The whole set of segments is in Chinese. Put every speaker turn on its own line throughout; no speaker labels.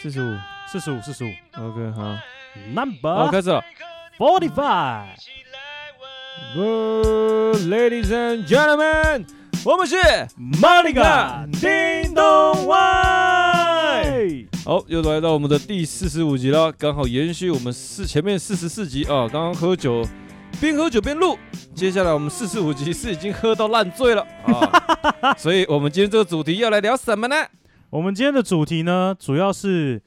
四十五
四十五，四十五
，OK，好，好，
，Number
开始了。
Forty Five，
呃 Ladies and gentlemen，我们是
Monica
叮咚外。
哎，
好，又来到我们的第四十五集了，刚好延续我们四前面四十四集啊，刚刚喝酒，边喝酒边录。接下来我们四十五集是已经喝到烂醉了啊， 所以我们今天这个主题要来聊什么呢？
我们今天的主题呢，主要是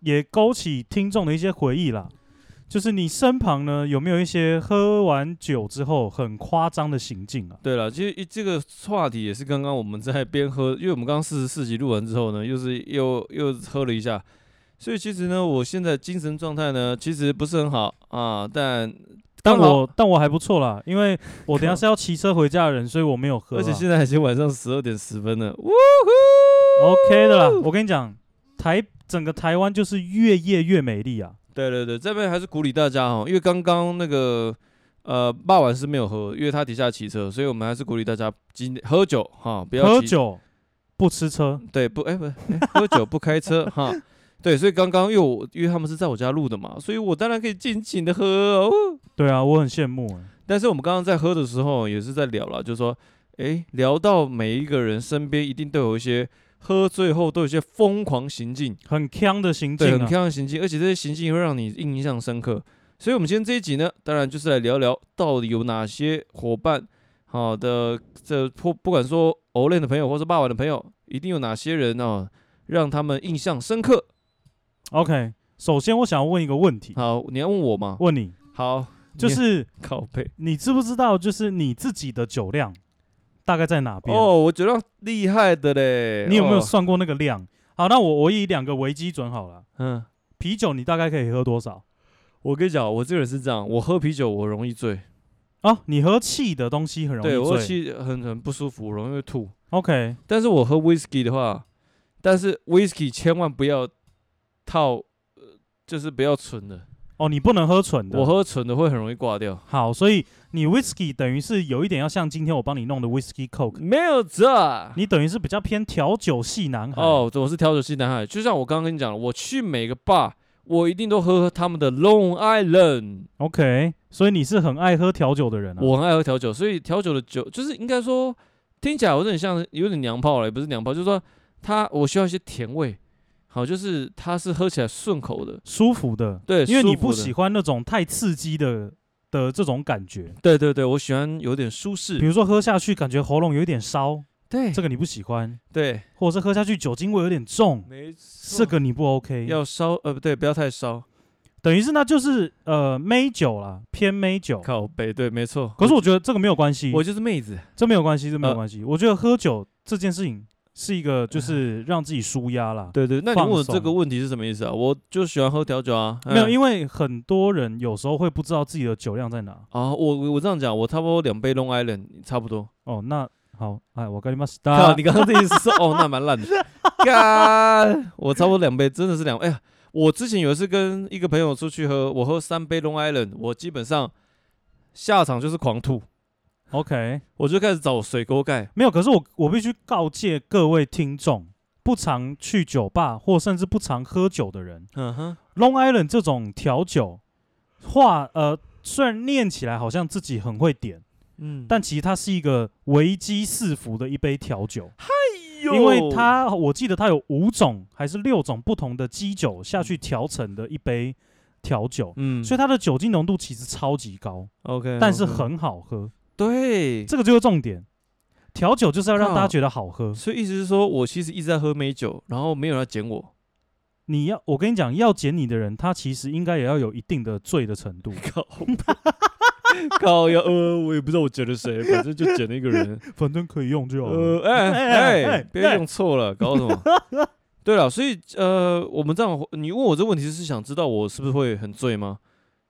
也勾起听众的一些回忆啦。就是你身旁呢，有没有一些喝完酒之后很夸张的行径啊？
对了，其实一这个话题也是刚刚我们在边喝，因为我们刚刚四十四集录完之后呢，又是又又喝了一下，所以其实呢，我现在精神状态呢其实不是很好啊，但
但
刚好
我但我还不错啦，因为我等一下是要骑车回家的 人，所以我没有喝啊。
而且现在已经晚上十二点十分了，呜
OK 的啦，我跟你讲，台整个台湾就是越夜越美丽啊。
对对对，这边还是鼓励大家哦，因为刚刚那个呃霸晚是没有喝，因为他底下骑车，所以我们还是鼓励大家今天喝酒哈，不要
喝
骑
酒不吃车，
对，不，哎、不，哎喝酒不开车哈。对，所以刚刚因为我因为他们是在我家录的嘛，所以我当然可以尽情的喝哦。
对啊，我很羡慕欸、
但是我们刚刚在喝的时候也是在聊了，就是说，哎，聊到每一个人身边一定都有一些喝醉后都有一些疯狂行径，
很强的行
对，
径
很
啊。
漂亮行径，而且这些行径会让你印象深刻。所以，我们今天这一集呢，当然就是来聊聊到底有哪些伙伴，好的，这不不管说 Olen 的朋友或是霸王的朋友，一定有哪些人哦，让他们印象深刻。
OK，首先我想要问一个问题，
好，你要问我吗？
问你，
好，
就
你
是
靠背。
你知不知道，就是你自己的酒量大概在哪边？
哦，我觉得厉害的嘞。
你有没有
哦
算过那个量？好，那我我以两个为基准好了，
嗯，
啤酒你大概可以喝多少？
我跟你讲，我这个人是这样，我喝啤酒我容易醉，
啊，你喝气的东西很容易
对我喝
醉
气很很不舒服，我容易会吐。
OK，
但是我喝 whisky 的话，但是 whisky 千万不要套，呃，就是不要纯的。
哦，你不能喝纯的。
我喝纯的会很容易挂掉。
好，所以你 whisky 等于是有一点要像今天我帮你弄的 whisky coke，
没有这。啊
你等于是比较偏调酒系男孩。
哦，我是调酒系男孩，就像我刚刚跟你讲的，我去每个 bar，我一定都喝他们的 Long
嗯
Island。
，OK，所以你是很爱喝调酒的人啊。
我很爱喝调酒，所以调酒的酒就是应该说听起来有点像有点娘炮了，也不是娘炮，就是说它我需要一些甜味，好，就是它是喝起来顺口的。
舒服的，
对，
因为你
舒服
不
的
喜欢那种太刺激的的这种感觉，
对对对，我喜欢有点舒适。
比如说喝下去感觉喉咙有一点烧，
对
这个你不喜欢，
对，
或者是喝下去酒精味有点重，
没
这个你不 OK。
要烧，呃，不对，不要太烧。
等于是那就是呃妹酒啦，偏妹酒。
靠背，对，没错。
可是我觉得这个没有关系，
我就是妹子，
这没有关系，这没有
呃
关系。我觉得喝酒这件事情是一个就是让自己舒压啦。
嗯对对。那你
放
问我这
松
个问题是什么意思啊？我就喜欢喝调酒啊。
没有，
为
因为很多人有时候会不知道自己的酒量在哪。
啊，我我我这样讲，我差不多两杯 Long Island 差不多。
哦，那好，哎，我跟你们
啊，
打
你，刚刚的意思 是哦，那蛮烂的。干，我差不多两杯，真的是两。哎呀，我之前有一次跟一个朋友出去喝，我喝三杯 Long Island，我基本上下场就是狂吐，
OK。
我就开始找水沟盖。
没有，可是我我必须告诫各位听众，不常去酒吧或甚至不常喝酒的人
嗯哼，
，Long Island 这种调酒话，呃，虽然念起来好像自己很会点，
嗯
但其实它是一个危机四伏的一杯调酒，
哟
因为它我记得它有五种还是六种不同的基酒下去调成的一杯调酒，
嗯，
所以它的酒精浓度其实超级高，
OK，
但是
OK
很好喝，
对，
这个就是重点。调酒就是要让大家
靠
觉得好喝，
所以意思是说我其实一直在喝美酒，然后没有人要捡我。
你要，我跟你讲，要捡你的人，他其实应该也要有一定的醉的程 度。
靠靠呀，呃，我也不知道我捡了谁，反正就捡了一个人。
反正可以用就
呃，
哎
哎
哎
哎，别用错了，搞什么？对了，所以呃，我们这样，你问我这问题是想知道我是不是会很醉吗？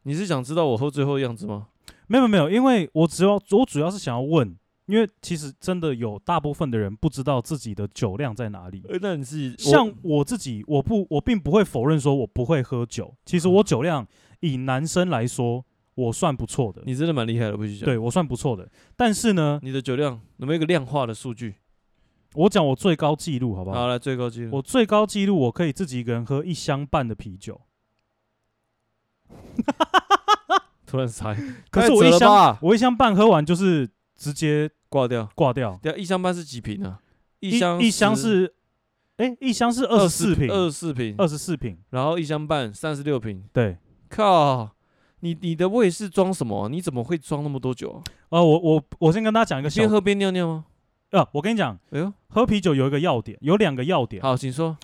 你是想知道我喝醉后的样子吗？
没有没有，因为我只要我主要是想要问，因为其实真的有大部分的人不知道自己的酒量在哪里。
呃，那你自己
像我自己，我不，我并不会否认说我不会喝酒。其实我酒量以男生来说，我算不错的，
你真的蛮厉害的，我必须讲。
对我算不错的。但是呢，
你的酒量有没有一个量化的数据？
我讲我最高纪录好不好？
好来最高纪录，
我最高纪录我可以自己一个人喝一箱半的啤酒，
突然傻 眼，
可
太
是我
扯
一
了
箱
吧
我一箱半喝完就是直接
挂掉。
挂掉。
对啊，一箱半是几瓶啊？
一
箱
一箱
是
是，哎、一箱是二十四瓶，
二十四瓶，
二十四瓶，
然后一箱半三十六瓶。
对。
靠，你你的胃是装什么啊、你怎么会装那么多酒、啊？
呃，我我我先跟大家讲一个小
边，喝边尿尿吗？
呃，我跟你讲，
哎呦，
喝啤酒有一个要点，有两个要点。
好，请说。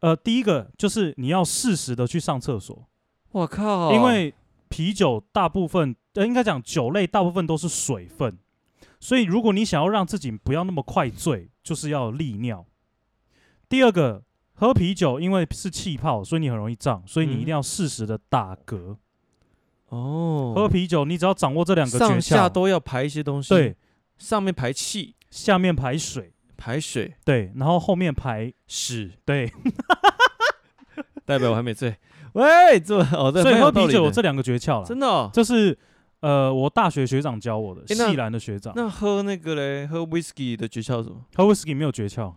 呃，第一个就是你要适时的去上厕所，
我靠，
因为啤酒大部分，呃，应该讲酒类大部分都是水分，所以如果你想要让自己不要那么快醉，就是要利尿。第二个，喝啤酒因为是气泡，所以你很容易胀，所以你一定
嗯
要适时的打嗝。
哦，
喝啤酒，你只要掌握这两个诀
上下
窍，
都要排一些东西，
对，，
上面排气、
下面排水，
排水、
对，然后后面排，
屎，
对，
代表我还 没醉。喂，这哦， 对，
所以
蛮有
喝
道
啤
理
酒有
的
这两个诀窍了，
真的哦、
这是呃我大学学长教我的，
诶那
系兰的学长。
那喝那个嘞，喝 whisky 的诀窍是什么？
喝 whisky 没有诀窍，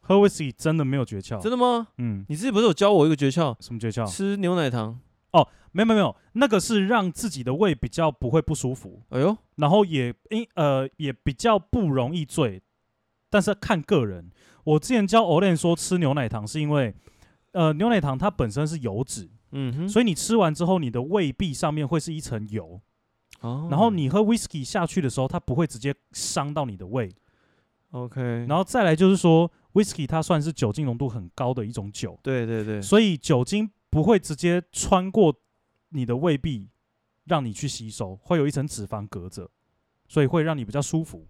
喝 whisky 真的没有诀窍，
真
的，
的吗？
嗯，
你之前不是有教我一个诀窍，
什么诀窍？
吃牛奶糖？
没有没有没有，那个是让自己的胃比较不会不舒服，
哎呦，
然后也因呃也比较不容易醉，但是看个人。我之前教 Olen 说吃牛奶糖是因为，呃，牛奶糖它本身是油脂，
嗯哼，
所以你吃完之后，你的胃壁上面会是一层油，
哦
然后你喝 whisky 下去的时候，它不会直接伤到你的胃。
OK，然
然后再来就是说，whisky 它算是酒精浓度很高的一种酒，
对对对，
所以酒精不会直接穿过你的胃壁，让你去吸收，会有一层脂肪隔着，所以会让你比较舒服。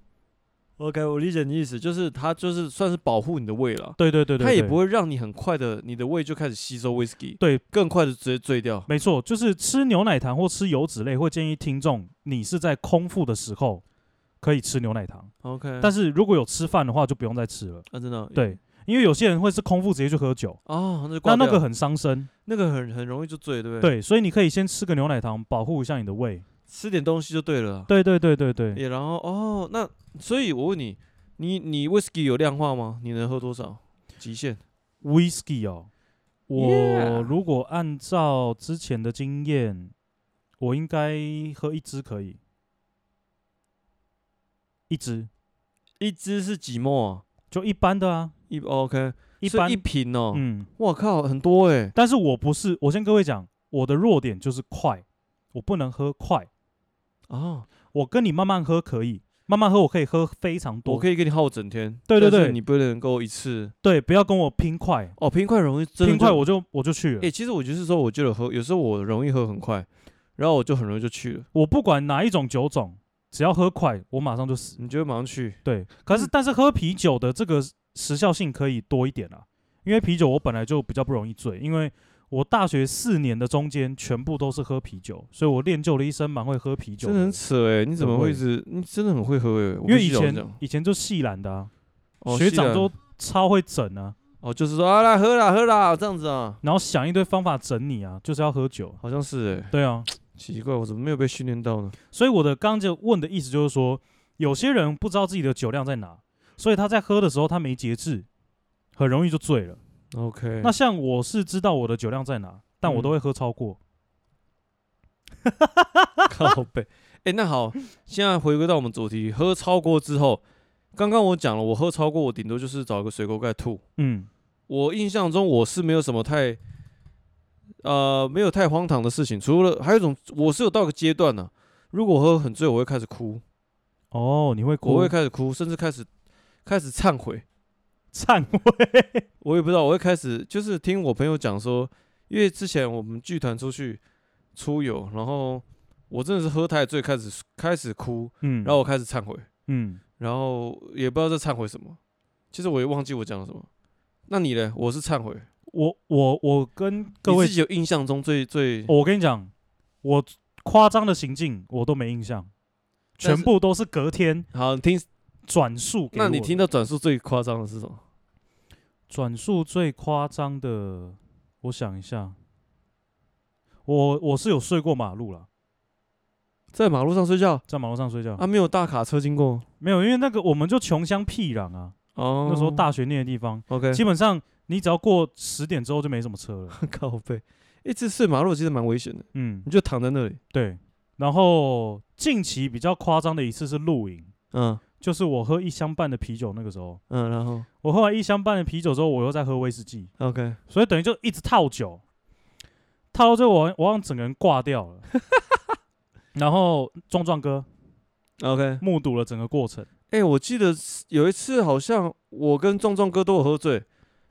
OK，我理解你意思，就是它就是算是保护你的胃了，
对对对对
它也
对
不会让你很快的，你的胃就开始吸收 whisky，
对，
更快的直接醉掉。
没错，就是吃牛奶糖或吃油脂类，会建议听众你是在空腹的时候可以吃牛奶糖，
OK，
但
是
是如果有吃饭的话，就不用再吃了。
啊，真的
对，因为有些人会是空腹直接去喝酒，
哦，那就挂
那那
掉
个很伤身。
那个很很容易就醉，对不对？对，
对，所以你可以先吃个牛奶糖，保护一下你的胃。
吃点东西就对了。
对对对对对，
也然后哦，那所以我问你，你你 whisky 有量化吗？你能喝多少？极限？
whisky 哦，我
Yeah
如果按照之前的经验，我应该喝一支可以，一支
一支是几沫啊？
就一般的啊，
一 OK，
一
所以
般
一瓶哦。
嗯。
我靠，很多哎、
但是我不是，我先各位讲，我的弱点就是快，我不能喝快。
哦，
我跟你慢慢喝可以，慢慢喝我可以喝非常
我
多，
可以给你耗整天。
对对
但是
对
你不能够一次
对，不要跟我拼快，
哦，拼快容易真的
拼快
就
我就我就去了
诶、。其实我就是说，我觉得喝有时候我容易喝很快，然后我就很容易就去了，
我不管哪一种酒种，只要喝快，我马上就死。
你就会马上去。
对，可
嗯
是但是喝啤酒的这个时效性可以多一点啦，因为啤酒我本来就比较不容易醉，因为我大学四年的中间全部都是喝啤酒，所以我练就了一身蛮会喝啤酒
真的很
的。
扯哎、你怎
我
么会
会
一直？你真的很会喝哎、我
因为
必
以
须老实
前
讲
以前就细懒的啊，
哦
学
是
长
啊
都超会整啊，
哦，就是说啊，来喝啦喝啦这样子啊，
然后想一堆方法整你啊，就是要喝酒。
好像是哎、
对啊，
奇怪，我怎么没有被训练到呢？
所以我的刚刚就问的意思就是说，有些人不知道自己的酒量在哪，所以他在喝的时候他没节制，很容易就醉了。
OK，
那像我是知道我的酒量在哪，但我
嗯
都会喝超过。
靠背。哎、那好，现在回归到我们主题，喝超过之后，刚刚我讲了，我喝超过，我顶多就是找个水沟盖吐。
嗯，
我印象中我是没有什么太，呃，没有太荒唐的事情。除了还有一种，我是有到个阶段呢、如果喝很醉，我会开始哭，
哦，你会
我
哭
会，开始哭，甚至开始开始忏悔。
忏 悔。
我也不知道，我会开始就是听我朋友讲说，因为之前我们剧团出去出游，然后我真的是喝太醉，开始开始哭，
嗯，
然后我开始忏悔，
嗯，
然后也不知道在忏悔什么。其实我也忘记我讲了什么。那你呢？我是忏悔，
我我我跟各
你
位哦
自，己有印象中最最
我跟你讲，我夸张的行径我都没印象，
但
全
是
部都是隔天
好，你听
转述给我的。
那你听到转述最夸张的是什么？
转述最夸张的，我想一下，我我是有睡过马路了，
在马路上睡觉，
在马路上睡觉
啊，没有大卡车经过
没有，因为那个我们就穷乡僻壤啊，
哦。
那时候大学念的地方，
OK，
基本上你只要过十点之后就没什么车 了。
靠背，一直睡马路其实蛮危险的，
嗯
你，就躺在那里，
对。然后近期比较夸张的一次是露营，
嗯
就是我喝一箱半的啤酒，那个时候
嗯，然后
我喝完一箱半的啤酒之后，我又在喝威士忌，
OK，
所以等于就一直套酒，套到最后我我好像整个人挂掉 了。然后壮壮哥
OK，
目睹了整个过程，
哎、我记得是有一次好像我跟壮壮哥都有喝醉，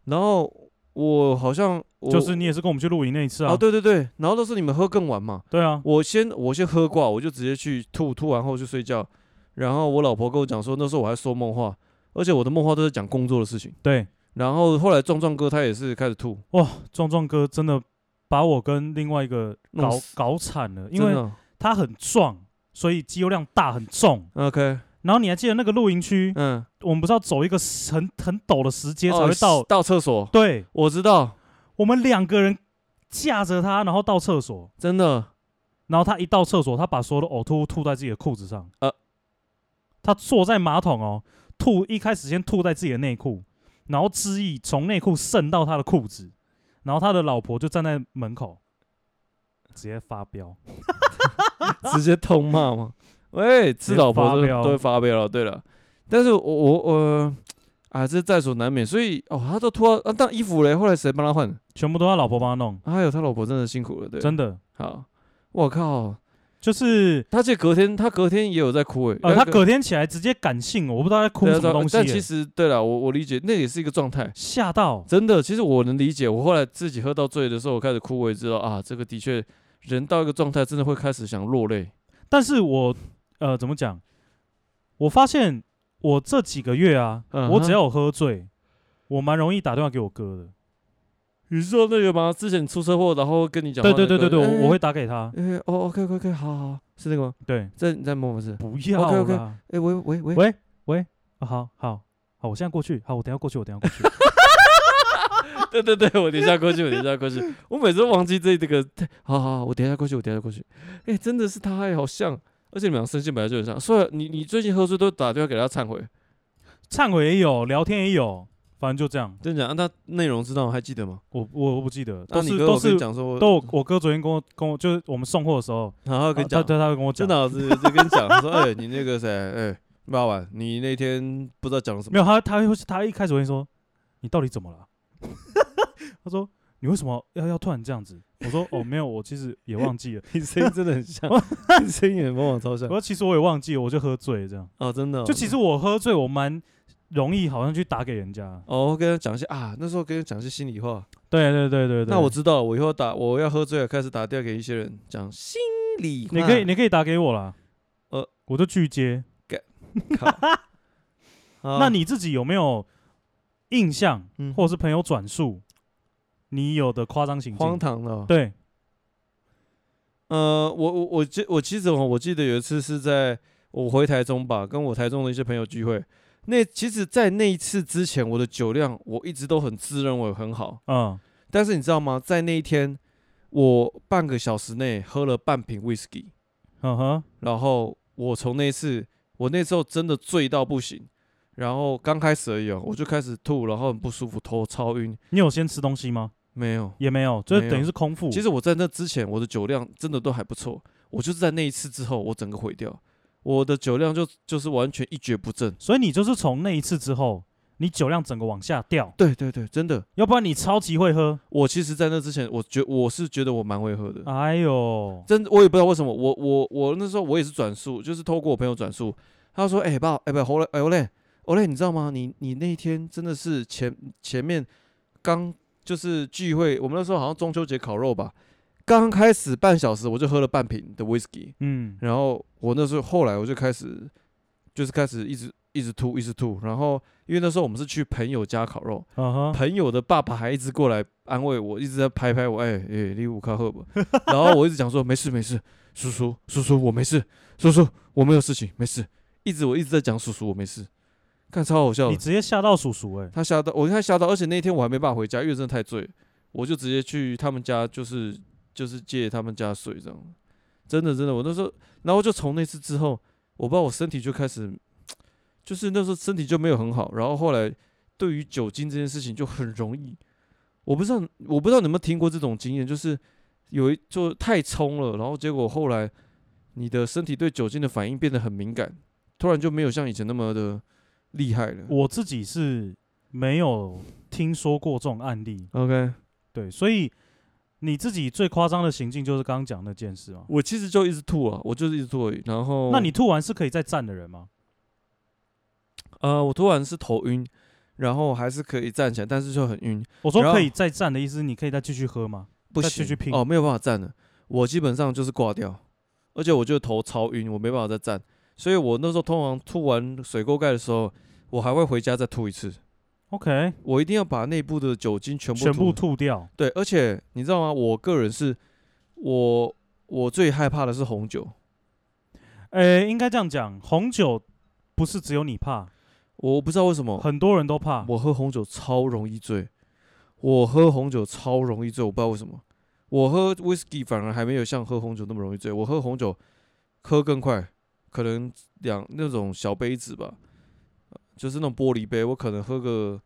然后我好像我
就是你也是跟我们去露营那一次啊，
哦，对对对，然后都是你们喝更晚嘛，
对啊，
我先我先喝挂，我就直接去吐，吐完后去睡觉，然后我老婆跟我讲说那时候我还说梦话，而且我的梦话都是讲工作的事情，
对，
然后后来壮壮哥他也是开始吐，
壮壮哥真的把我跟另外一个
弄
搞
死
搞惨了，因
真的
为
哦
他很壮，所以肌肉量大很重。
OK，
然后你还记得那个露营区，
嗯，
我们不是要走一个很很陡的石阶才
哦
会到？
到厕所，
对，
我知道，
我们两个人架着他，然后到厕所，
真 的，
然后他一到厕所，他把所有的呕吐吐在自己的裤子上。
呃
他坐在马桶哦，吐一开始先吐在自己的内裤，然后汁液从内裤渗到他的裤子，然后他的老婆就站在门口，直接发飙。
直接痛骂吗？喂，吃老婆
直
都
接发飙
都会发飙了。对了，但是我我我、呃啊，这在所难免。所以哦，他都脱啊，但衣服嘞，后来谁帮他换？
全部都他老婆帮他弄，
哎呦，他老婆真的辛苦了。对，
真的
好，我靠，
就是
他这隔天他隔天也有在哭哎、
呃，
那
他
个
隔天起来直接感性哦，我不知道他在哭
对啊
什么
对啊
东西
但其
耶，
实对了，我我理解，那也是一个状态。
吓到，
真的，其实我能理解。我后来自己喝到醉的时候，我开始哭，我也知道啊，这个的确，人到一个状态，真的会开始想落泪。
但是我呃怎么讲？我发现我这几个月啊，
嗯哼
我只要有喝醉，我蛮容易打电话给我哥的。
你知道那个吗？之前你出车祸，然后跟你讲话
对
那
对
个、
对对对，
哎
我我会打给他。
哎、哦，OK OK OK，好好，好是那个吗？
对，
在你在摸吗？是？哎、
不要啦。
OK，OK 喂喂喂，
喂喂、啊，好好好，我现在过去。好，我等一下过去，我等一下过 去。
对对对，我等一下过去，我等一下 过去，我每次都忘记这这个，好好，好我等一下过去，我等一下过去，哎、真的是他、哎，好像，而且你们俩声线本来就很像，所以你你最近喝醉都打电话给他忏悔，
忏悔也有，聊天也有，反正就这样。
真的啊讲，那内容知道吗还记得吗？
我我我不记得，
那
都
你
是都
哥我跟
是
你讲说，
都我我哥昨天跟我跟我就是我们送货的时候，啊
然后
他
跟你讲，
他他会跟我讲
真，的老师就跟你讲说，哎、你那个谁，哎、八万，你那天不知道讲了什么，
没有他他会他一开始会说你到底怎么了？ 他说你为什么要要突然这样子？我说哦没有，我其实也忘记了。
你声音真的很像，你声音也模仿超像
我，说其实我也忘记了，我就喝醉了这样。
哦，真的哦、
就其实我喝醉，我蛮容易好像去打给人家。
哦，我跟他讲一些啊，那时候跟他讲一些心里话。
对对对对对。
那我知道了，我以后打我要喝醉了，开始打电话给一些人讲心里话。
你可以你可以打给我啦。
呃
呃，我就拒接。
靠，好
那你自己有没有印象，
啊嗯
或者是朋友转述你有的夸张行
荒
径？
唐了哦。
对，
呃，我我我记我其实哦我我记得有一次是在我回台中吧，跟我台中的一些朋友聚会。那其实，在那一次之前，我的酒量我一直都很自认为很好，
嗯，
但是你知道吗？在那一天，我半个小时内喝了半瓶 whisky，
嗯哼，
然后我从那次，我那时候真的醉到不行，然后刚开始而已哦，我就开始吐，然后很不舒服，头超晕。
你有先吃东西吗？
没有，
也没有，就是
没有
等于是空腹。
其实我在那之前，我的酒量真的都还不错，我就是在那一次之后，我整个毁掉，我的酒量就就是完全一蹶不振。
所以你就是从那一次之后，你酒量整个往下掉，
对对对，真的，
要不然你超级会喝。
我其实，在那之前，我觉我是觉得我蛮会喝的，
哎呦，
真的我也不知道为什么，我我我那时候我也是转述，就是透过我朋友转述，他说：“哎、爸，哎、不，欧嘞，哎欧嘞，欧嘞，你知道吗？你你那一天真的是前前面刚就是聚会，我们那时候好像中秋节烤肉吧，刚开始半小时我就喝了半瓶的 whisky，
嗯，
然后我那时候后来我就开始就是开始一直一直吐一直吐，然后因为那时候我们是去朋友家烤肉，
嗯哼，
朋友的爸爸还一直过来安慰我，一直在拍拍我，哎、哎、你五靠喝吧。然后我一直讲说没事没事，叔叔叔叔我没事，叔叔我没有事情，没事。一直我一直在讲叔叔我没事，看超好笑
你
的。
直接吓到叔叔哎、
他吓到我，他吓到，而且那天我还没办法回家，因为真的太醉了，我就直接去他们家，就是就是借他们家睡这样。真的真的，我那时候，然后就从那次之后，我不知道我身体就开始，就是那时候身体就没有很好，然后后来对于酒精这件事情就很容易，我不知道我不知道你有没有听过这种经验，就是有一就太冲了，然后结果后来你的身体对酒精的反应变得很敏感，突然就没有像以前那么的厉害了。
我自己是没有听说过这种案例，
OK，
对，所以你自己最夸张的行径就是刚刚讲那件事嘛。
我其实就一直吐啊，我就是一直吐而已，然后
那你吐完是可以再站的人吗？
呃，我突然是头晕，然后还是可以站起来，但是就很晕。
我说
然后
可以再站的意思，你可以再继续喝吗？
不
再
行，
继续拼
哦，没有办法站了。我基本上就是挂掉，而且我就头超晕，我没办法再站，所以我那时候通常吐完水沟盖的时候，我还会回家再吐一次。
OK，
我一定要把内部的酒精全部
全
吐
部吐掉。
对，而且你知道吗？我个人是，我我最害怕的是红酒，
诶、应该这样讲，红酒不是只有你怕，
我不知道为什么，
很多人都怕。
我喝红酒超容易醉，我喝红酒超容易醉，我不知道为什么。我喝 whisky 反而还没有像喝红酒那么容易醉，我喝红酒喝更快，可能两那种小杯子吧，就是那种玻璃杯，我可能喝个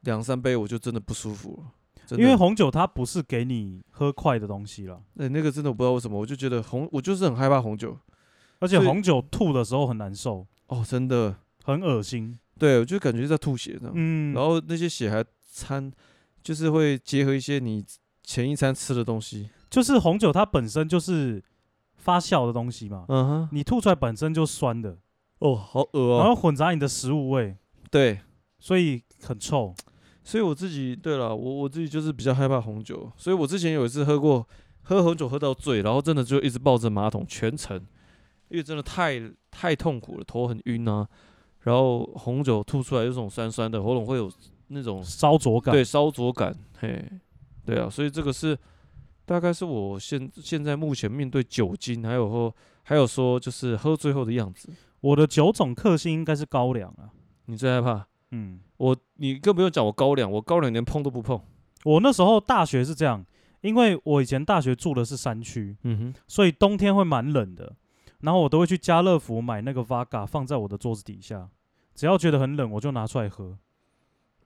两三杯我就真的不舒服了。真的
因为红酒它不是给你喝快的东西了，
那、哎那个真的我不知道为什么，我就觉得红，我就是很害怕红酒
而且
所以
红酒吐的时候很难受，
哦，真的，
很恶心。
对我就感觉在吐血这样。
嗯，
然后那些血还掺，就是会结合一些你前一餐吃的东西。
就是红酒它本身就是发酵的东西嘛，
嗯哼，
你吐出来本身就酸的，
哦，好恶
然后
哦、
混杂你的食物味，
对，
所以很臭。
所以我自己对了，我我自己就是比较害怕红酒，所以我之前有一次喝过喝红酒喝到醉，然后真的就一直抱着马桶全程，因为真的太太痛苦了，头很晕啊，然后红酒吐出来有种酸酸的，喉咙会有那种
烧灼感。
哦对烧灼感，嘿，对啊，所以这个是大概是我现现在目前面对酒精，还有喝，还有说就是喝醉后的样子，
我的九种克星应该是高粱啊。
你最害怕
嗯，
我，你更不用讲我高粱，我高粱连碰都不碰，
我那时候大学是这样，因为我以前大学住的是山区，
嗯哼。
所以冬天会蛮冷的。然后我都会去家乐福买那个 Vaga 放在我的桌子底下，只要觉得很冷，我就拿出来喝，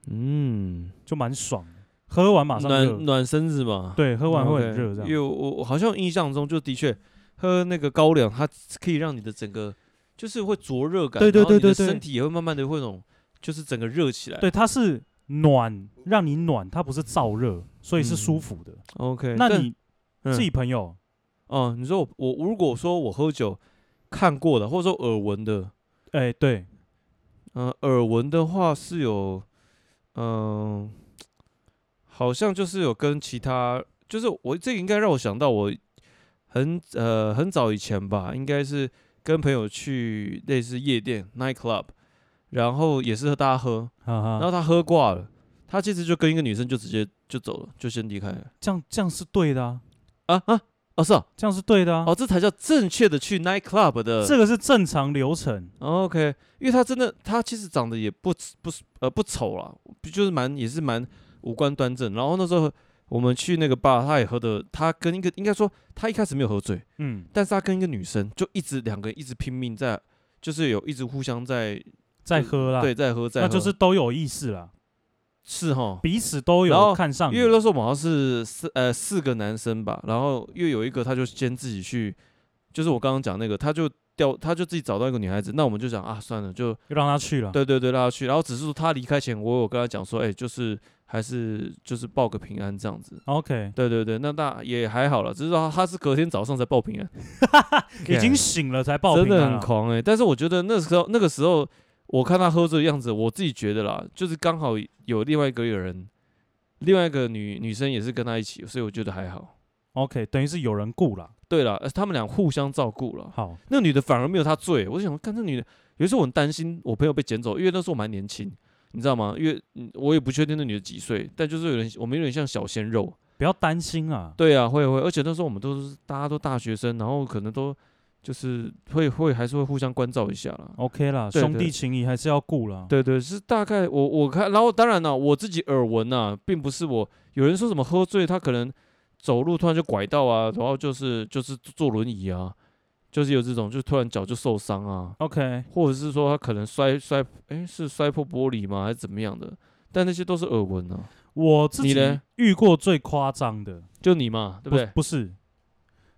嗯，
就蛮爽的。喝完马上
暖
热，
暖身子嘛，
对，喝完会很
OK，
热这
因为
样。
我我好像印象中就的确喝那个高粱，它可以让你的整个就是会灼热感，
对对
然后你
对
的
对对
身体也会慢慢的会那种就是整个热起来。
对，它是暖，让你暖，它不是燥热，所以是舒服的。
，OK，
那
但
你
嗯
自己朋友，
哦，你说我我如果说我喝酒看过的，或者说耳闻的，
哎、对，
嗯，耳闻的话是有，嗯、好像就是有跟其他，就是我这个应该让我想到我很呃很早以前吧，应该是跟朋友去类似夜店 night club，然后也是和大家喝，
哈哈，
然后他喝挂了，他其实就跟一个女生就直接就走了，就先离开了
这样这样是对的啊，
啊啊哦是哦
这样是对的啊。
哦这呃才叫正确的去 night club 的
这个是正常流程，
OK，因为他真的，他其实长得也不不呃不丑啦，就是蛮也是蛮五官端正。然后那时候我们去那个吧，他也喝的，他跟一个应该说他一开始没有喝醉，
嗯，
但是他跟一个女生就一直两个人一直拼命在，就是有一直互相在
在喝啦，
对在喝在喝，
那就是都有意识啦，
是哈。
彼此都
然后
有看上
因为
眼，
那时候我们好像是四呃四个男生吧，然后又有一个他就先自己去，就是我刚刚讲那个，他就掉他就自己找到一个女孩子，那我们就想啊算了就
就让他去了。
对对对，拉他去。然后只是说他离开前，我有跟他讲说，哎、就是还是就是报个平安这样子。
，OK，
对对对，那那也还好了，只是说他是隔天早上才报平安，
已经醒了才报
真
平
的
安
很
啊。
狂哎、但是我觉得那时候那个时候，我看他喝醉的样子，我自己觉得啦，就是刚好有另外一个有人，另外一个女女生也是跟他一起，所以我觉得还好。
OK，等于是有人雇啦。
对了，呃他们俩互相照顾了。
好，
那女的反而没有他醉，我就想，看这女的，有时候我很担心我朋友被捡走，因为那时候我蛮年轻，你知道吗？因为嗯我也不确定那女的几岁，但就是有点，我们有点像小鲜肉。
不要担心啊。
对啊，会会，而且那时候我们都是大家都大学生，然后可能都就是会会还是会互相关照一下啦。
OK 啦，
对对
兄弟情谊还是要顾啦。
对对，是大概我啊我看，然后当然了、我自己耳闻呐、并不是我有人说什么喝醉，他可能走路突然就拐到啊，然后就是就是坐轮椅啊，就是有这种，就突然脚就受伤啊，
OK，
或者是说他可能摔摔，诶，是摔破玻璃吗，还是怎么样的？但那些都是耳闻啊，
我自
你
己
呢
遇过最夸张的，
就你嘛，对不对？
不是，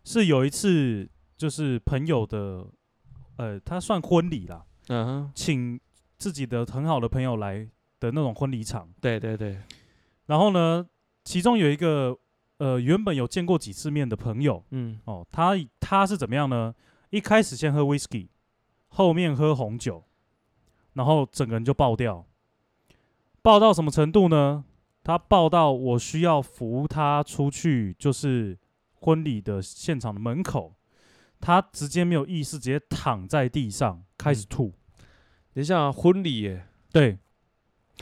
是有一次就是朋友的，呃，他算婚礼啦，
嗯哼，
请自己的很好的朋友来的那种婚礼场。
对对对，
然后呢，其中有一个呃原本有见过几次面的朋友
嗯，
哦，他他是怎么样呢？一开始先喝 whisky，后面喝红酒，然后整个人就爆掉，爆到什么程度呢？他爆到我需要扶他出去，就是婚礼的现场的门口，他直接没有意识，直接躺在地上开始
嗯
吐。
等一下、啊、婚礼耶
对，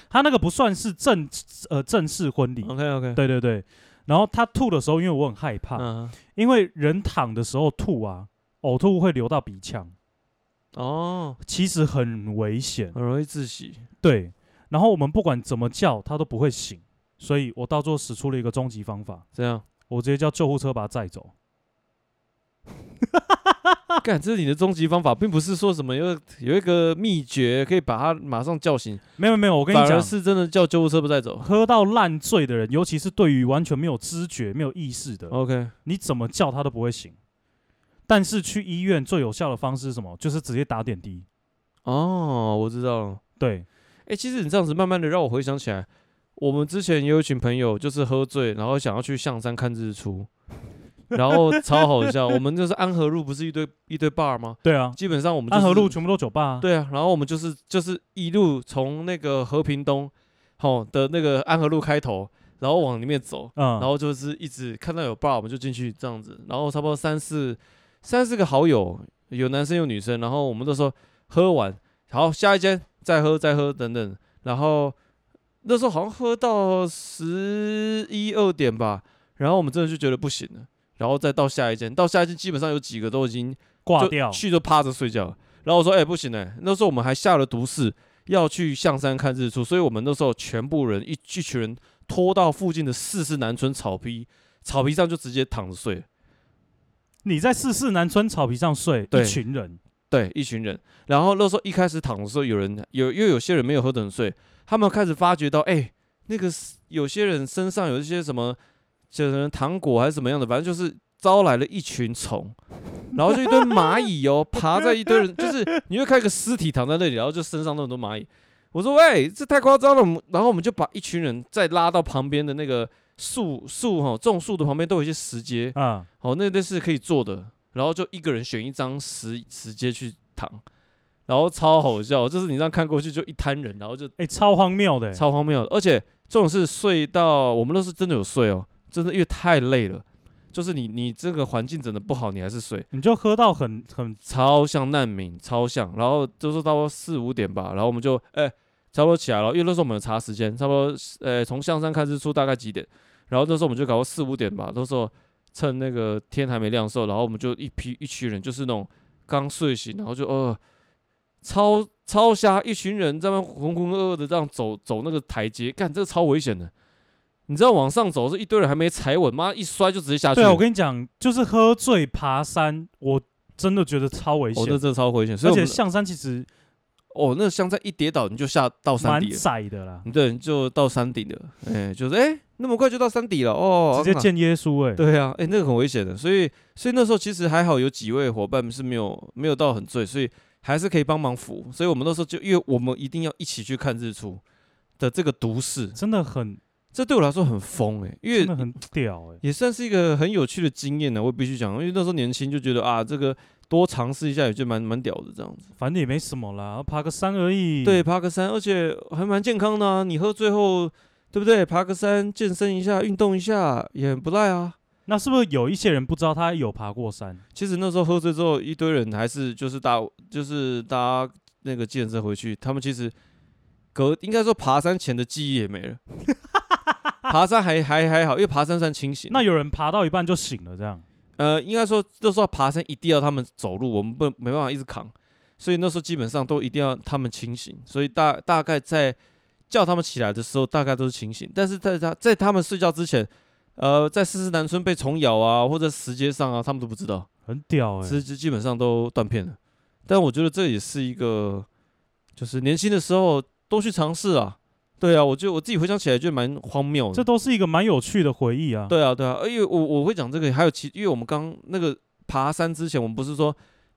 他那个不算是正呃正式婚礼，
，OK OK，，
对对对。然后他吐的时候，因为我很害怕，
嗯哼，
因为人躺的时候吐啊，呕吐会流到鼻腔，
哦，
其实很危险。
很容易窒息，
对，然后我们不管怎么叫，他都不会醒，所以我到最后使出了一个终极方法，
这样，
我直接叫救护车把他载走。
干，这是你的终极方法，并不是说什么有有一个秘诀可以把他马上叫醒，
没有没有，我跟你
反而
讲，
是真的叫救护车不带走。
喝到烂醉的人，尤其是对于完全没有知觉、没有意识的，
OK，
你怎么叫他都不会醒。但是去医院最有效的方式是什么？就是直接打点滴。
哦，我知道了。
对，
哎、其实你这样子慢慢的让我回想起来，我们之前也有一群朋友就是喝醉，然后想要去象山看日出，然后超好笑。我们就是安和路不是一堆一堆 bar 吗？
对啊，
基本上我们、就是、
安和路全部都酒吧、啊。
对啊，然后我们就是就是一路从那个和平东，吼的那个安和路开头，然后往里面走，
嗯，
然后就是一直看到有 bar 我们就进去这样子，然后差不多三四三四个好友，有男生有女生，然后我们都说喝完，好下一间再喝再喝等等，然后那时候好像喝到十一二点吧，然后我们真的就觉得不行了，然后再到下一间，到下一间基本上有几个都已经
挂
就
掉。
去就趴着睡觉。然后我说：“哎、不行哎、那时候我们还下了毒誓，要去象山看日出，所以我们那时候全部人一一群人拖到附近的四四南村草皮，草皮上就直接躺着睡。
你在四四南村草皮上睡，
对
一群人，
对，一群人。然后那时候一开始躺的时候，有人有又有些人没有喝得很睡，他们开始发觉到，哎、那个是有些人身上有一些什么，就是糖果还是什么样的，反正就是招来了一群虫，然后就一堆蚂蚁哦，爬在一堆人，就是你会看一个尸体躺在那里，然后就身上那么多蚂蚁。我说，喂、这太夸张了。我们然后我们就把一群人再拉到旁边的那个树树哈，种树的旁边都有一些石阶，
啊，
好，那那是可以做的，然后就一个人选一张石石阶去躺，然后超好笑，就是你这样看过去就一滩人，然后就
哎、超荒谬的、
超荒谬的，而且这种是睡到我们都是真的有睡哦，真的因为太累了，就是你你这个环境整的不好，你还是睡，
你就喝到很很
超像难民，超像，然后就是差不多四五点吧，然后我们就哎、差不多起来了，因为那时候我们有查时间，差不多呃从象山看日出大概几点，然后那时候我们就搞到四五点吧，那时候趁那个天还没亮的时候，然后我们就一批一群人，就是那种刚睡醒，然后就呃超超瞎，一群人在那边浑浑噩噩的这样走走那个台阶，干这个超危险的。你知道往上走是一堆人还没踩稳，妈一摔就直接下去
对
了。
啊，我跟你讲，就是喝醉爬山，我真的觉得超危
哦
险，
那真的超危险，所以
而
我
且
们
象山其实
哦，那像在一跌倒你就下到山
蛮
底了，
窄的啦，
对，你就到山顶了，哎、就是哎、那么快就到山底了哦，
直接
啊
见耶稣哎、
对啊，哎、那个很危险的，所以所以那时候其实还好有几位伙伴是没有没有到很醉，所以还是可以帮忙扶，所以我们那时候就因为我们一定要一起去看日出的这个毒誓，
真的很
这对我来说很疯哎、因
真
为
的很屌哎、
也算是一个很有趣的经验呢、啊我必须讲，因为那时候年轻就觉得啊，这个多尝试一下也就蛮蛮屌的这样子。
反正也没什么啦，爬个山而已。
对，，爬个山，而且还蛮健康的啊。你喝醉后，对不对？爬个山，健身一下，运动一下，也很不赖啊。
那是不是有一些人不知道他有爬过山？
其实那时候喝醉之后，一堆人还是就是搭就是搭那个健身回去，他们其实隔应该说爬山前的记忆也没了。 爬山还还还好，因为爬山算清醒。
那有人爬到一半就醒了，这样
呃，应该说那时候爬山一定要他们走路，我们不没办法一直扛，所以那时候基本上都一定要他们清醒，所以大大概在叫他们起来的时候，大概都是清醒，但是在他在他们睡觉之前，呃，在四四南村被虫咬啊，或者石阶上啊，他们都不知道，
很屌哎、
其实基本上都断片了。但我觉得这也是一个，就是年轻的时候都去尝试啊。对啊，我就我自己回想起来就蛮荒谬的。
这都是一个蛮有趣的回忆啊。
对啊，对啊，而且我我会讲这个，还有其，因为我们刚那个爬山之前，我们不是说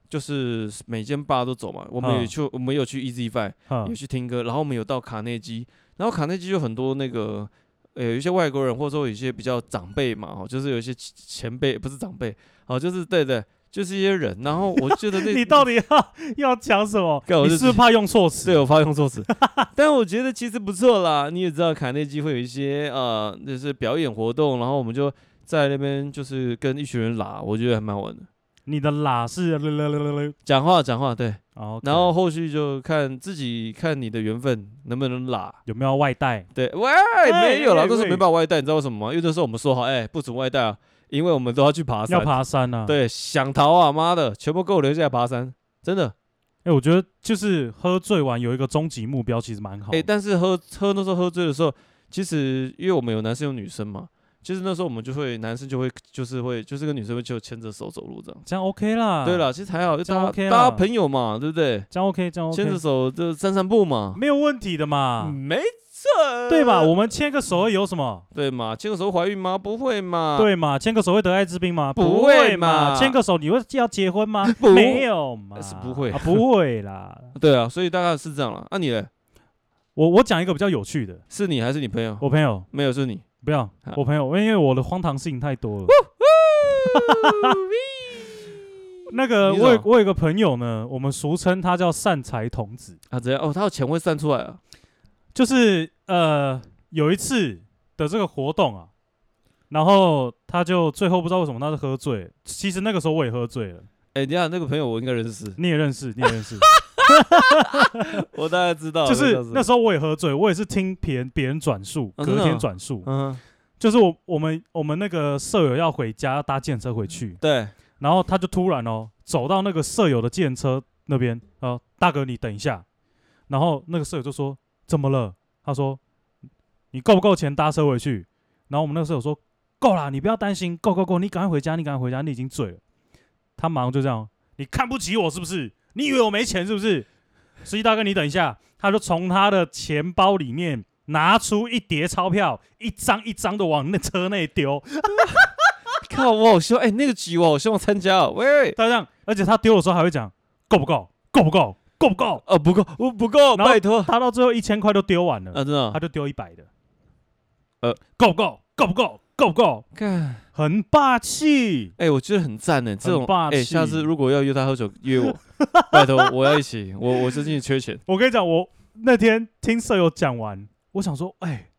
就是每间坝都走嘛，我们
嗯
也去，我们有去 Easy Five，
嗯，
有去听歌，然后我们有到卡内基，然后卡内基有很多那个。呃，有一些外国人，或者说有一些比较长辈嘛，哦，就是有一些前前辈，不是长辈，哦，就是对对，就是一些人。然后我觉得 那
你到底要要 讲什么？
干我
你
就是
不是怕用错词？
对我发用 错词，但我觉得其实不错啦。你也知道卡内基会有一些呃，就是表演活动，然后我们就在那边就是跟一群人拉，我觉得还蛮好玩的。
你的啦是
讲话讲话对，
哦，
然后后续就看自己看你的缘分能不能拉。
有没有外带？
对，喂，没有啦，
喂
都是没
哎喂
办法外带，你知道为什么吗？因为那时候我们说好，哎、不准外带啊，因为我们都要去爬山。
要爬山啊？，
对，想逃啊，妈的，全部给我留下来爬山，真的。
哎，我觉得就是喝醉完有一个终极目标，其实蛮好
哎、
的。
但是喝喝那时候喝醉的时候，其实因为我们有男生有女生嘛，其实那时候我们就会男生就会就是会就是跟女生会就牵着手走路这样。
这样 OK 啦。
对，了，其实还啊好，就
这
大家、
样 OK
大家
啦
朋友嘛，对不对？
这样 OK，这样
牵着
OK，
手就散散步嘛，
没有问题的嘛，
啊没错，
对吧？我们牵个手会有什么？
对嘛，牵个手怀孕吗？不会嘛，，
对嘛？牵个手会得艾滋病吗？
啊不会
会
嘛
牵个手你会要结婚吗？
不
没有嘛，
是不会
啊，不会啦。
对啊，所以大概是这样了。那、你嘞？
我我讲一个比较有趣的，
是你还是你朋友？
我朋友
没有，是你。
不要
啊，
我朋友，因为我的荒唐事情太多了。那个
你
我
怎
有
么
我有一个朋友呢，我们俗称他叫善财童子，
啊，怎样？哦，他的钱会散出来啊。
就是呃有一次的这个活动啊，然后他就最后不知道为什么他是喝醉了，其实那个时候我也喝醉了，，
哎、等一下那个朋友我应该认识
你也认识，你也认识，
哦我大概知道，
就是那
是
时候我也喝醉，我也是听别人别人转述，
啊
隔
真的啊
天转述，
嗯，
就是我我们我们那个舍友要回家要搭电车回去，
对，
然后他就突然哦走到那个舍友的电车那边，呃，大哥你等一下。然后那个舍友就说怎么了？他说你够不够钱搭车回去？然后我们那个舍友说够啦，你不要担心，够够够，你赶快回家，你赶快回家，你已经醉了。他马上就这样，你看不起我是不是？你以为我没钱是不是？司机大哥你等一下，他就从他的钱包里面拿出一叠钞票，一张一张的往那车内丢。
靠，我好希望，哎、那个局我好希望参加、哦，喂，
他这样，而且他丢的时候还会讲够不够，够不够，够不够。
哦，不够，我不够，
然后
拜托，啊，
他到最后一千块都丢完了，
真的
他
哦，
就丢一百的，
呃，
够不够，够不够，够不够，
看，
很霸气。
哎、我觉得很赞呢，这种
很，霸
哎、
气
下次如果要约他喝酒，约我， 拜托，我要一起，我我最近缺钱，
我跟你讲，我那天听舍友讲完，我想说，哎，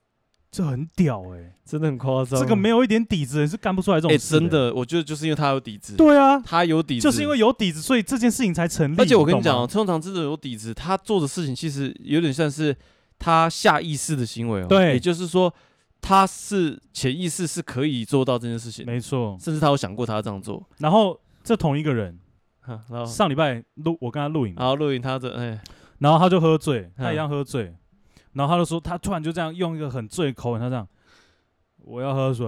这很屌哎，
真的很夸张
这个没有一点底子的人是干不出来这
哎、
种事
真。的，我觉得就是因为他有底子，
对啊，
他有底子，
就是因为有底子，所以这件事情才成立。
而且我跟你
懂
讲
吗
哦，，通常这种有底子，他做的事情其实有点像是他下意识的行为哦。
对
也就是说，他是潜意识是可以做到这件事情，
没错。
甚至他有想过他这样做。
然后这同一个人，
哈然后，
上礼拜录我跟他录影嘛，
然后录影他的，哎，
然后他就喝醉，
嗯
他一样喝醉，然后他就说，他突然就这样用一个很醉的口吻，他这样，我要喝水。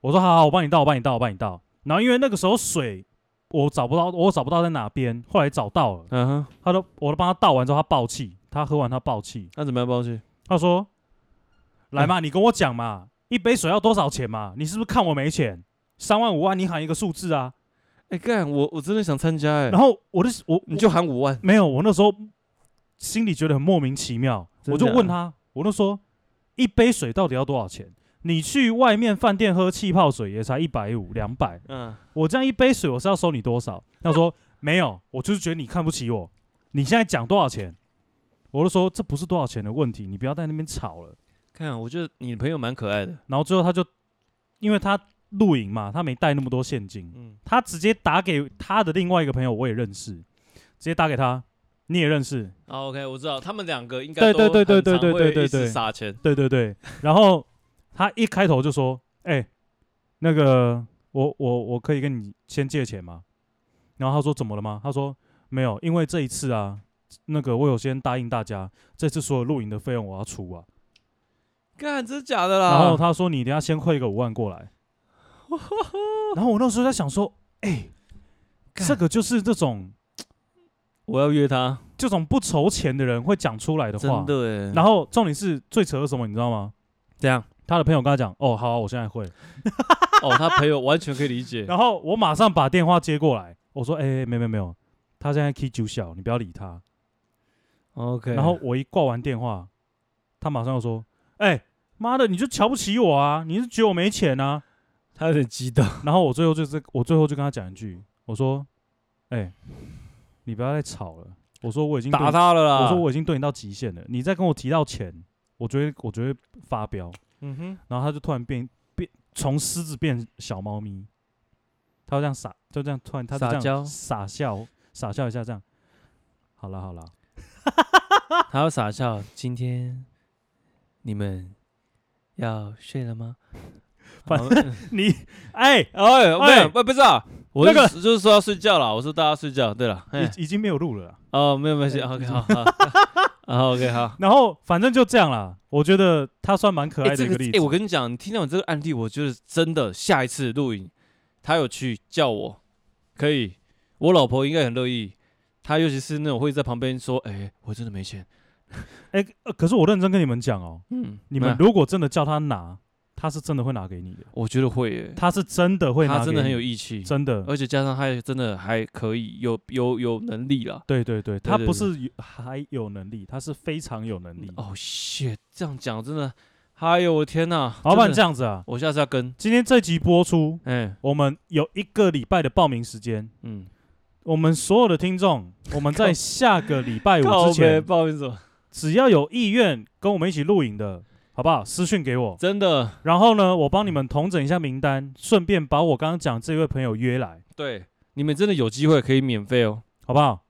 我说好好，我帮你倒，我帮你倒，我帮你倒。然后因为那个时候水我找不到，我找不到在哪边，后来找到了，
嗯哼，
他都我都帮他倒完之后，他爆气，他喝完他爆气，
那怎么样包去？
他说，来
嗯
嘛，你跟我讲嘛，一杯水要多少钱嘛？你是不是看我没钱？三万五万，你喊一个数字啊。
哎，干，我我真的想参加，哎
然，后我的我
你就喊五万，
没有，我那时候心里觉得很莫名其妙，
真
我
假
就
的啊
问他，我就说一杯水到底要多少钱？你去外面饭店喝气泡水也才一百五、两百，
嗯，
我这样一杯水我是要收你多少？他 说没有，我就是觉得你看不起我，你现在讲多少钱？我就说这不是多少钱的问题，你不要在那边吵了。
看，我觉得你朋友蛮可爱的，
然后最后他就，因为他露营嘛，他没带那么多现金，
嗯，
他直接打给他的另外一个朋友，我也认识，直接打给他，你也认识，
好，OK，我知道，他们两个应
该对对对都很对对常对会对一直对
撒钱，
对对对，然后他一开头就说：“哎、那个我我我可以跟你先借钱吗？”然后他说：“怎么了吗？”他说：“没有，因为这一次啊，那个我有先答应大家，这次所有露营的费用我要出啊。”
干，真的假的啦？
然后他说你等一下先汇个五万过来。然后我那时候在想说，哎、
干
这个就是这种
我要约他，
这种不愁钱的人会讲出来的话
真。的哎。
然后重点是最扯的是什么，你知道吗？
这样，
他的朋友跟他讲，哦，好啊、我现在会。
哦，他朋友完全可以理解。
然后我马上把电话接过来，我说，哎、哎没有没有没有，他现在 K 九小，你不要理他。
OK，
然后我一挂完电话，他马上又说，哎、妈的，你就瞧不起我啊，你是觉得我没钱啊？
他有点激动，
然后我最后就是，我最后就跟他讲一句，我说：“哎、你不要再吵了。”我说：“我已经对
打
你
他啊了啦。
我说：“我已经对你到极限了，你再跟我提到钱，我就会我就会发飙。
嗯哼，”
然后他就突然变变从狮子变小猫咪，他就这样傻，就这样突然他就
撒
这样
娇
傻笑傻笑一下，这样。好了好 了，啊
还要傻笑。今天你们要睡了吗？
反
好
你哎、
哎，
哎
没有，不不是啊，我
那个
是就是说要睡觉了，我说大家睡觉。对了，哎，
已已经没有路了啦。
哦，没有关系
哎
，OK，
已经
好，好，好，OK，好。
然后反正就这样啦，我觉得他算 蛮可
哎，
爱的
这
一
个
例子。
哎，我跟你讲，你听到你这个案例，我觉得真的下一次录影，他有去叫我，可以，我老婆应该很乐意。她尤其是那种会在旁边说：“哎，我真的没钱。
哎、呃可是我认真跟你们讲哦、”
嗯，
你们
那
如果真的叫他拿，他是真的会拿给你的，
我觉得会耶，
他是真的会拿给
他
你，
真的很有义哦气，
真的，
而且加上他也真的还可以，有有有能力啦。
对对对，他
对
不是有还有能力，他是非常有能力。
哦、shit，这样讲真的，哎呦我的天呐！
老板
真的
这，样子啊，
我下次要跟，
今天这集播出，
哎、
我们有一个礼拜的报名时间，
嗯，
我们所有的听众，我们在下个礼拜五
靠
哎之
背
前，
不好意思哦，
只要有意愿跟我们一起录影的。好不好？私讯给我，
真的，
然后呢，我帮你们统整一下名单，顺便把我刚刚讲这位朋友约来，
对，你们真的有机会可以免费哦。
好不 好？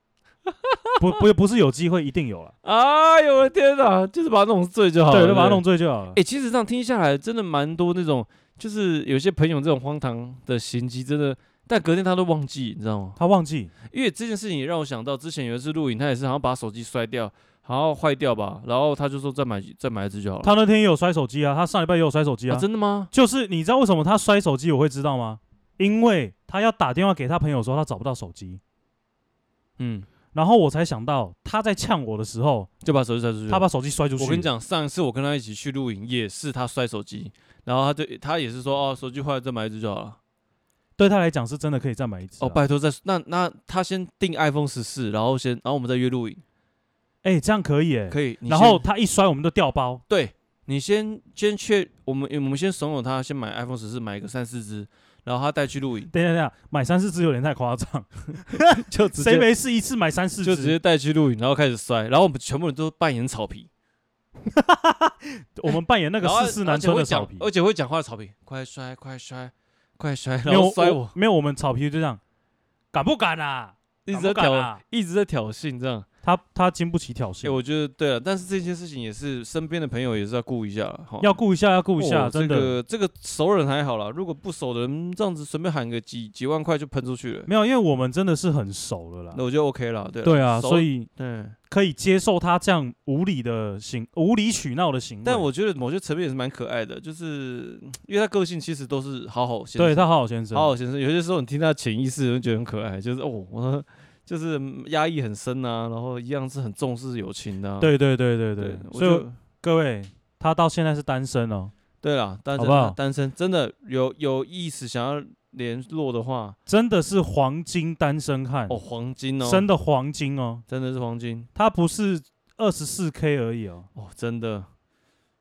不不不是有机会一定有了。
哎呦我的天呐，就是把它弄醉就好了，
对，就把它弄
醉。
醉就好了
哎、。其实这样听下来，真的蛮多那种，就是有些朋友这种荒唐的行迹，真的，但隔天他都忘记，你知道吗？
他忘记，
因为这件事情也让我想到，之前有一次录影，他也是好像把手机摔掉，好像坏掉吧，然后他就说再买再买一只就好了。
他那天也有摔手机啊，他上礼拜也有摔手机啊。
啊，真的吗？
就是你知道为什么他摔手机我会知道吗？因为他要打电话给他朋友说他找不到手机，
嗯，
然后我才想到他在呛我的时候，
就把手机摔出去了。
他把手机摔出去。
我跟你，讲，上一次我跟他一起去露营，也是他摔手机，然后他就他也是说哦，手机坏了再买一只就好了。
对他来讲是真的可以再买一只啊、
哦，拜托再那那他先订 iPhone 十四，然后先然后我们再约露营，
哎，这样可以哎。
可以。你
然后
先
他一摔，我们就掉包。
对你先先确我们我们先怂恿他先买 iPhone 十四，买个三四只，然后他带去露营，
等一下，等一下，买三四只有点太夸张，
就直
谁没事一次买三四
就直
只？
接带去露营，然后开始摔，然后我们全部人都扮演草皮，
我们扮演那个
然后
四四
而
南
且
村
会
的草
讲
皮，
而且会讲话的草皮，快摔快摔快摔，
没
然
有
后摔我，
没有我们草皮就这样，敢不敢啊？
一直在
敢不敢
挑
啊
一直在挑衅这样。
他他经不起挑
哎、
衅，
我觉得对了，但是这件事情也是身边的朋友也是要顾一下啦哈，
要顾一下，要顾一下，
哦
真的、
这个这个熟人还好啦，如果不熟的人这样子随便喊个几几万块就喷出去了，
没有，因为我们真的是很熟了啦
那。我就 OK 了。对啦
对啊，
熟
所以
对，
可以接受他这样无理的行、无理取闹的行为。
但我觉得某些层面也是蛮可爱的，就是嗯因为他个性其实都是好好先生，
对他啊好好先生，
好好先生，有些时候你听他潜意识你会觉得很可爱，就是哦，我就是嗯压抑很深啊，然后一样是很重视友情的、啊，
对对对对
对
对，，
我
所以
就
各位，他到现在是单身哦，
对啦，单
好
身
不好
单身真的有有意思想要联络的话。
真的是黄金单身汉，
哦，黄金哦，
真的黄金哦，
真的是黄金
他不是二十四 K 而已哦。
哦，真的。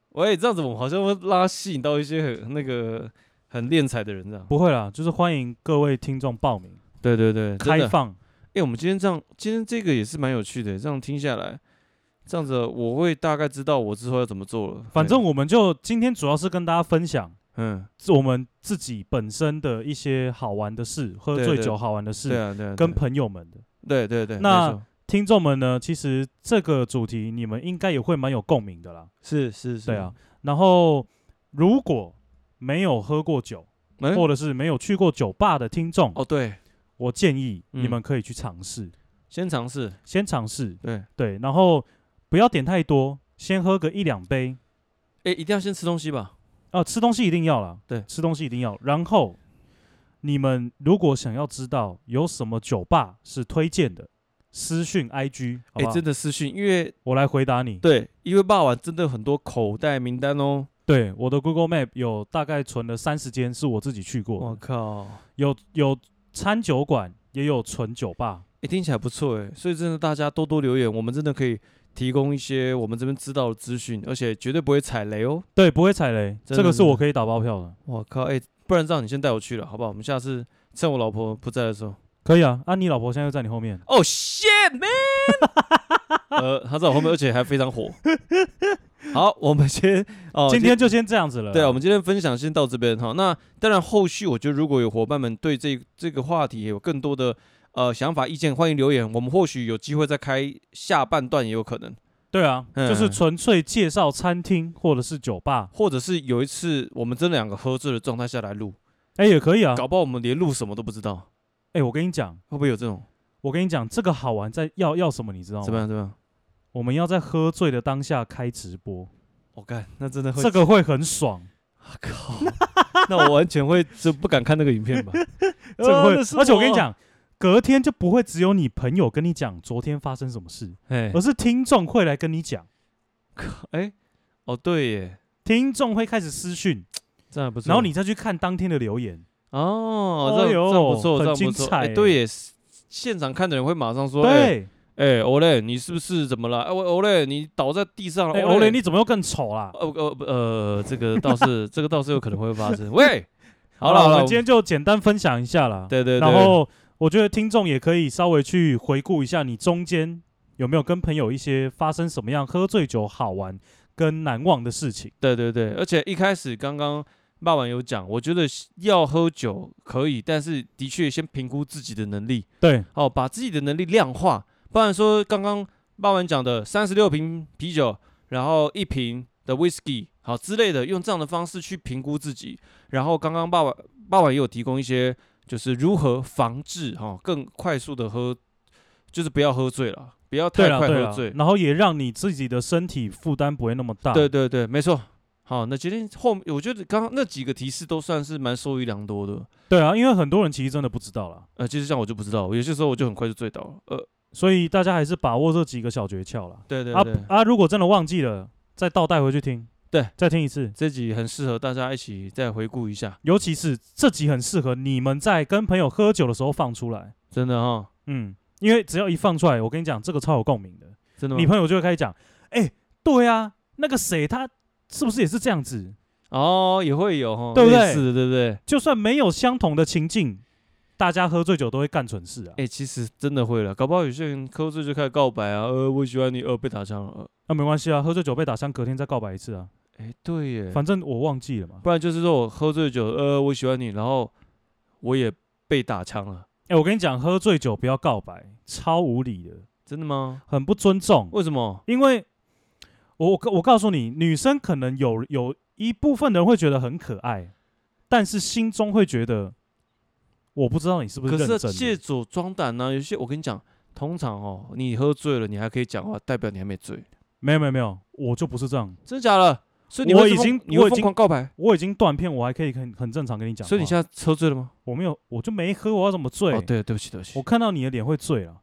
喂，这样子我们好像会拉吸引到一些很那个很练财的人这样。
不会啦，就是欢迎各位听众报名，
对对对，真
开
的。
放。
哎、我们今天这样，今天这个也是蛮有趣的。这样听下来，这样子我会大概知道我之后要怎么做了。
反
嘿
正，我们就今天主要是跟大家分享
嗯，
我们自己本身的一些好玩的事，喝
对
醉
对
酒好玩的事，
对啊，对啊，
跟
对
朋友们的。
对对对，没
那
错
听众们呢，其实这个主题你们应该也会蛮有共鸣的啦。
是是是，
对啊，，然后如果没有喝过酒，
哎、
或者是没有去过酒吧的听众，
哦对，
我建议
嗯
你们可以去尝试，
先尝试，
先尝试，
对，
对，然后不要点太多，先喝个一两杯，
哎、一定要先吃东西吧？
啊，吃东西一定要啦，
对
吃东西一定要。然后你们如果想要知道有什么酒吧是推荐的，私讯 IG，好
哎、
吧，
真的私讯，因为
我来回答你。
对，因为霸王真的很多口袋名单哦。
对，我的 Google Map 有大概存了三十间是我自己去过
我
的，
靠，
有有餐酒馆，也有纯酒吧。
哎、听起来不错哎，所以真的大家多多留言，我们真的可以提供一些我们这边知道的资讯，而且绝对不会踩雷哦。
对，不会踩雷，
真
这个
的
是我可以打包票的。
我靠，哎、不然让你先带我去了，好不好？我们下次趁我老婆不在的时候。
可以啊，啊，你老婆现在就在你后面。
哦、shit man！呃，他在我后面，而且还非常火。好，我们先哦，
今天就先这样子了。
对啊，我们今天分享先到这边哈。那当然，后续我觉得如果有伙伴们对这这个话题有更多的呃想法、意见，欢迎留言。我们或许有机会再开下半段，也有可能，
对啊，
嗯
就是纯粹介绍餐厅或者是酒吧，
或者是有一次我们真的两个喝醉的状态下来录，
哎、也可以啊。
搞不好我们连录什么都不知道，
哎、我跟你讲，
会不会有这种？
我跟你讲，这个好玩在要要什么，你知道吗？
怎么样？怎么样？
我们要在喝醉的当下开直播，
我干，那真的会
这 个会很爽。
靠， 那我完全会就不敢看那个 影片吧？
这个会，
呃那是
而且我跟你
我
讲，隔天就不会只有你朋友跟你讲昨天发生什么事，
哎
而是听众会来跟你讲，
哎，哦对耶，
听众会开始私讯，
这样还不错。
然后你再去看当天的留言。
哦，
哎
这样这样
呦
不错，这
很
样
精
不错。
彩
哎，
耶
对耶，现场看的人会马上说，哎
对，
哎，欧雷，你是不是怎么了？哎，我欧雷，你倒在地上了。
哎，欧雷，
雷，
你怎么又更丑啊啦？
呃呃不呃，这个 倒是这个倒是有可能会发生。喂，好了
我
好了，
们今天就简单分享一下啦。
对对对，
然后我觉得听众也可以稍微去回顾一下，你中间有没有跟朋友一些发生什么样喝醉酒好玩跟难忘的事情。
对对对，而且一开始刚刚爸爸有讲，我觉得要喝酒可以，但是的确先评估自己的能力。
对
哦，把自己的能力量化，不然说刚刚巴文讲的三十六瓶啤酒，然后一瓶的 whisky 好之类的，用这样的方式去评估自己。然后刚刚爸爸爸爸也有提供一些，就是如何防治哈、哦更快速的喝，就是不要喝醉了，不要
对
太
了
快
对
喝
了
醉，。
然后也让你自己的身体负担不会那么大。
对对对，没错。好，那今天后面我觉得刚刚那几个提示都算是蛮受益良多的。
对啊，因为很多人其实真的不知道啦，
呃，其实像我就不知道，有些时候我就很快就醉倒了。呃，
所以大家还是把握这几个小诀窍啦。
对对
啊
对，
啊，如果真的忘记了，再倒带回去听。
对，
再听一次。
这集很适合大家一起再回顾一下。
尤其是这集很适合你们在跟朋友喝酒的时候放出来，
真的哈，
嗯，因为只要一放出来，我跟你讲，这个超有共鸣的。
真的
你
吗？
朋友就会开始讲，哎、对啊，那个谁他是不是也是这样子？
哦，也会有哈，
对不对
类似的对不对？
就算没有相同的情境，大家喝醉酒都会干蠢事啊。
哎、其实真的会了，搞不好有些人喝醉就开始告白啊，呃，我喜欢你，呃，被打枪了，呃
那、没关系啊，喝醉酒被打伤，隔天再告白一次啊。
哎、对耶，
反正我忘记了嘛。
不然就是说我喝醉酒，呃，我喜欢你，然后我也被打枪了，
哎、我跟你讲，喝醉酒不要告白，超无理的，
真的吗？
很不尊重。
为什么？
因为我我我告诉你，女生可能有有一部分人会觉得很可爱，但是心中会觉得，我不知道你是不
可
是认真
是借
的。
酒装胆啊呢、有些我跟你讲，通常哦，你喝醉了，你还可以讲话，代表你还没醉，
没有没有没有，我就不是这样。
真的假的？所以你会
我
疯
已经
你会
我已
疯
经
狂告白，
我已经断片，我还可以很很正常跟你讲话。
所以你现在喝醉了吗？
我没有，我就没喝，我要怎么醉？
哦，对，对不起，对不起
我。看到你的脸会醉啊。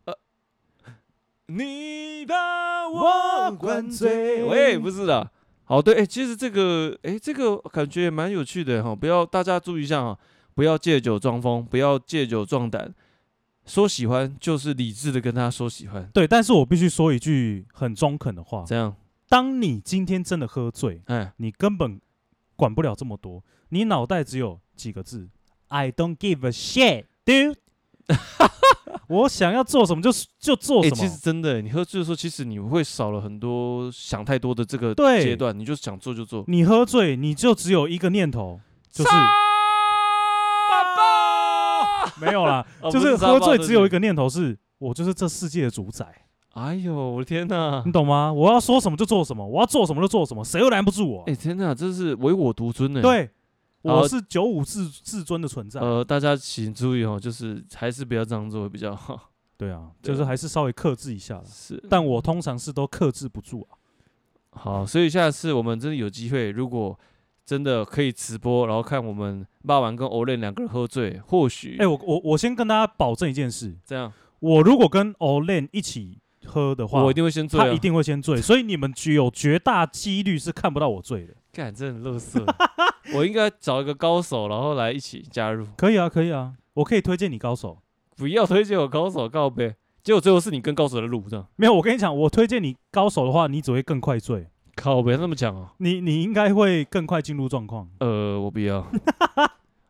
你把
我灌醉
喂，不是的。好，对，哎、其实这个，哎、这个感觉也蛮有趣的哈。不要大家注意一下哈，不要借酒装疯，不要借酒壮胆。说喜欢就是理智的跟他说喜欢，
对，但是我必须说一句很中肯的话：
这样，
当你今天真的喝醉，
哎，
你根本管不了这么多，你脑袋只有几个字：I don't give a shit, dude 。 我想要做什么就就做
哎、
什么。
其实真的，你喝醉的时候，其实你会少了很多想太多的这个
对
阶段，你就想做就做，
你喝醉，你就只有一个念 头，就是
爸爸，
没有 啦，
哦
就
不是
是
沙
喝
包
醉
对
只有
对
一个念头是，我就是这世界的主宰，
哎呦，我的天 哪
你！懂吗？我要说什么就做什么，我要做什么就做什么，谁又拦不住我
哎、？天哪，这是唯我独尊呢。
对，
好
我是九五至至尊的存在。
呃，大家请注意哦，就是还是不要这样做会比 较好。
对啊，
对
就是还是稍微克制一下啦。
是，
但我通常是都克制不住啊。
好，所以下次我们真的有机会，如果真的可以直播，然后看我们霸王跟欧练两个人喝醉，或许
哎、我我我先跟大家保证一件事，
这样，
我如果跟 Olen 一起喝的话，
我一定会先醉、啊。
他一定会先醉，所以你们具有绝大几率是看不到我醉的。
干，真的很乐色。我应该找一个高手，然后来一起加入。
可以啊，可以啊，我可以推荐你高手。
不要推荐我高手告呗，结果最后是你跟高手的路这样。
没有，我跟你讲，我推荐你高手的话，你只会更快醉，
靠呗，那么讲哦。
你你应该会更快进入状况。
呃，我不要。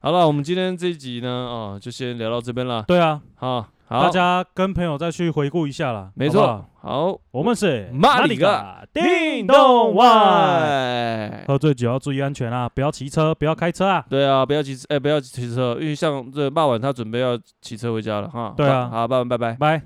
好了，我们今天这一集呢，啊、就先聊到这边啦。
对啊，
好，好，
大家跟朋友再去回顾一下啦。
没
好
错，
不好
好，
我们是
马里
嘎
嘎
叮咚外。
外。
喝醉酒要注意安全啊，不要骑车，不要开车啊。
对啊，不要骑，哎、不要骑车，因为像这傍晚他准备要骑车回家了哈。
对啊
好，傍晚拜拜。
拜。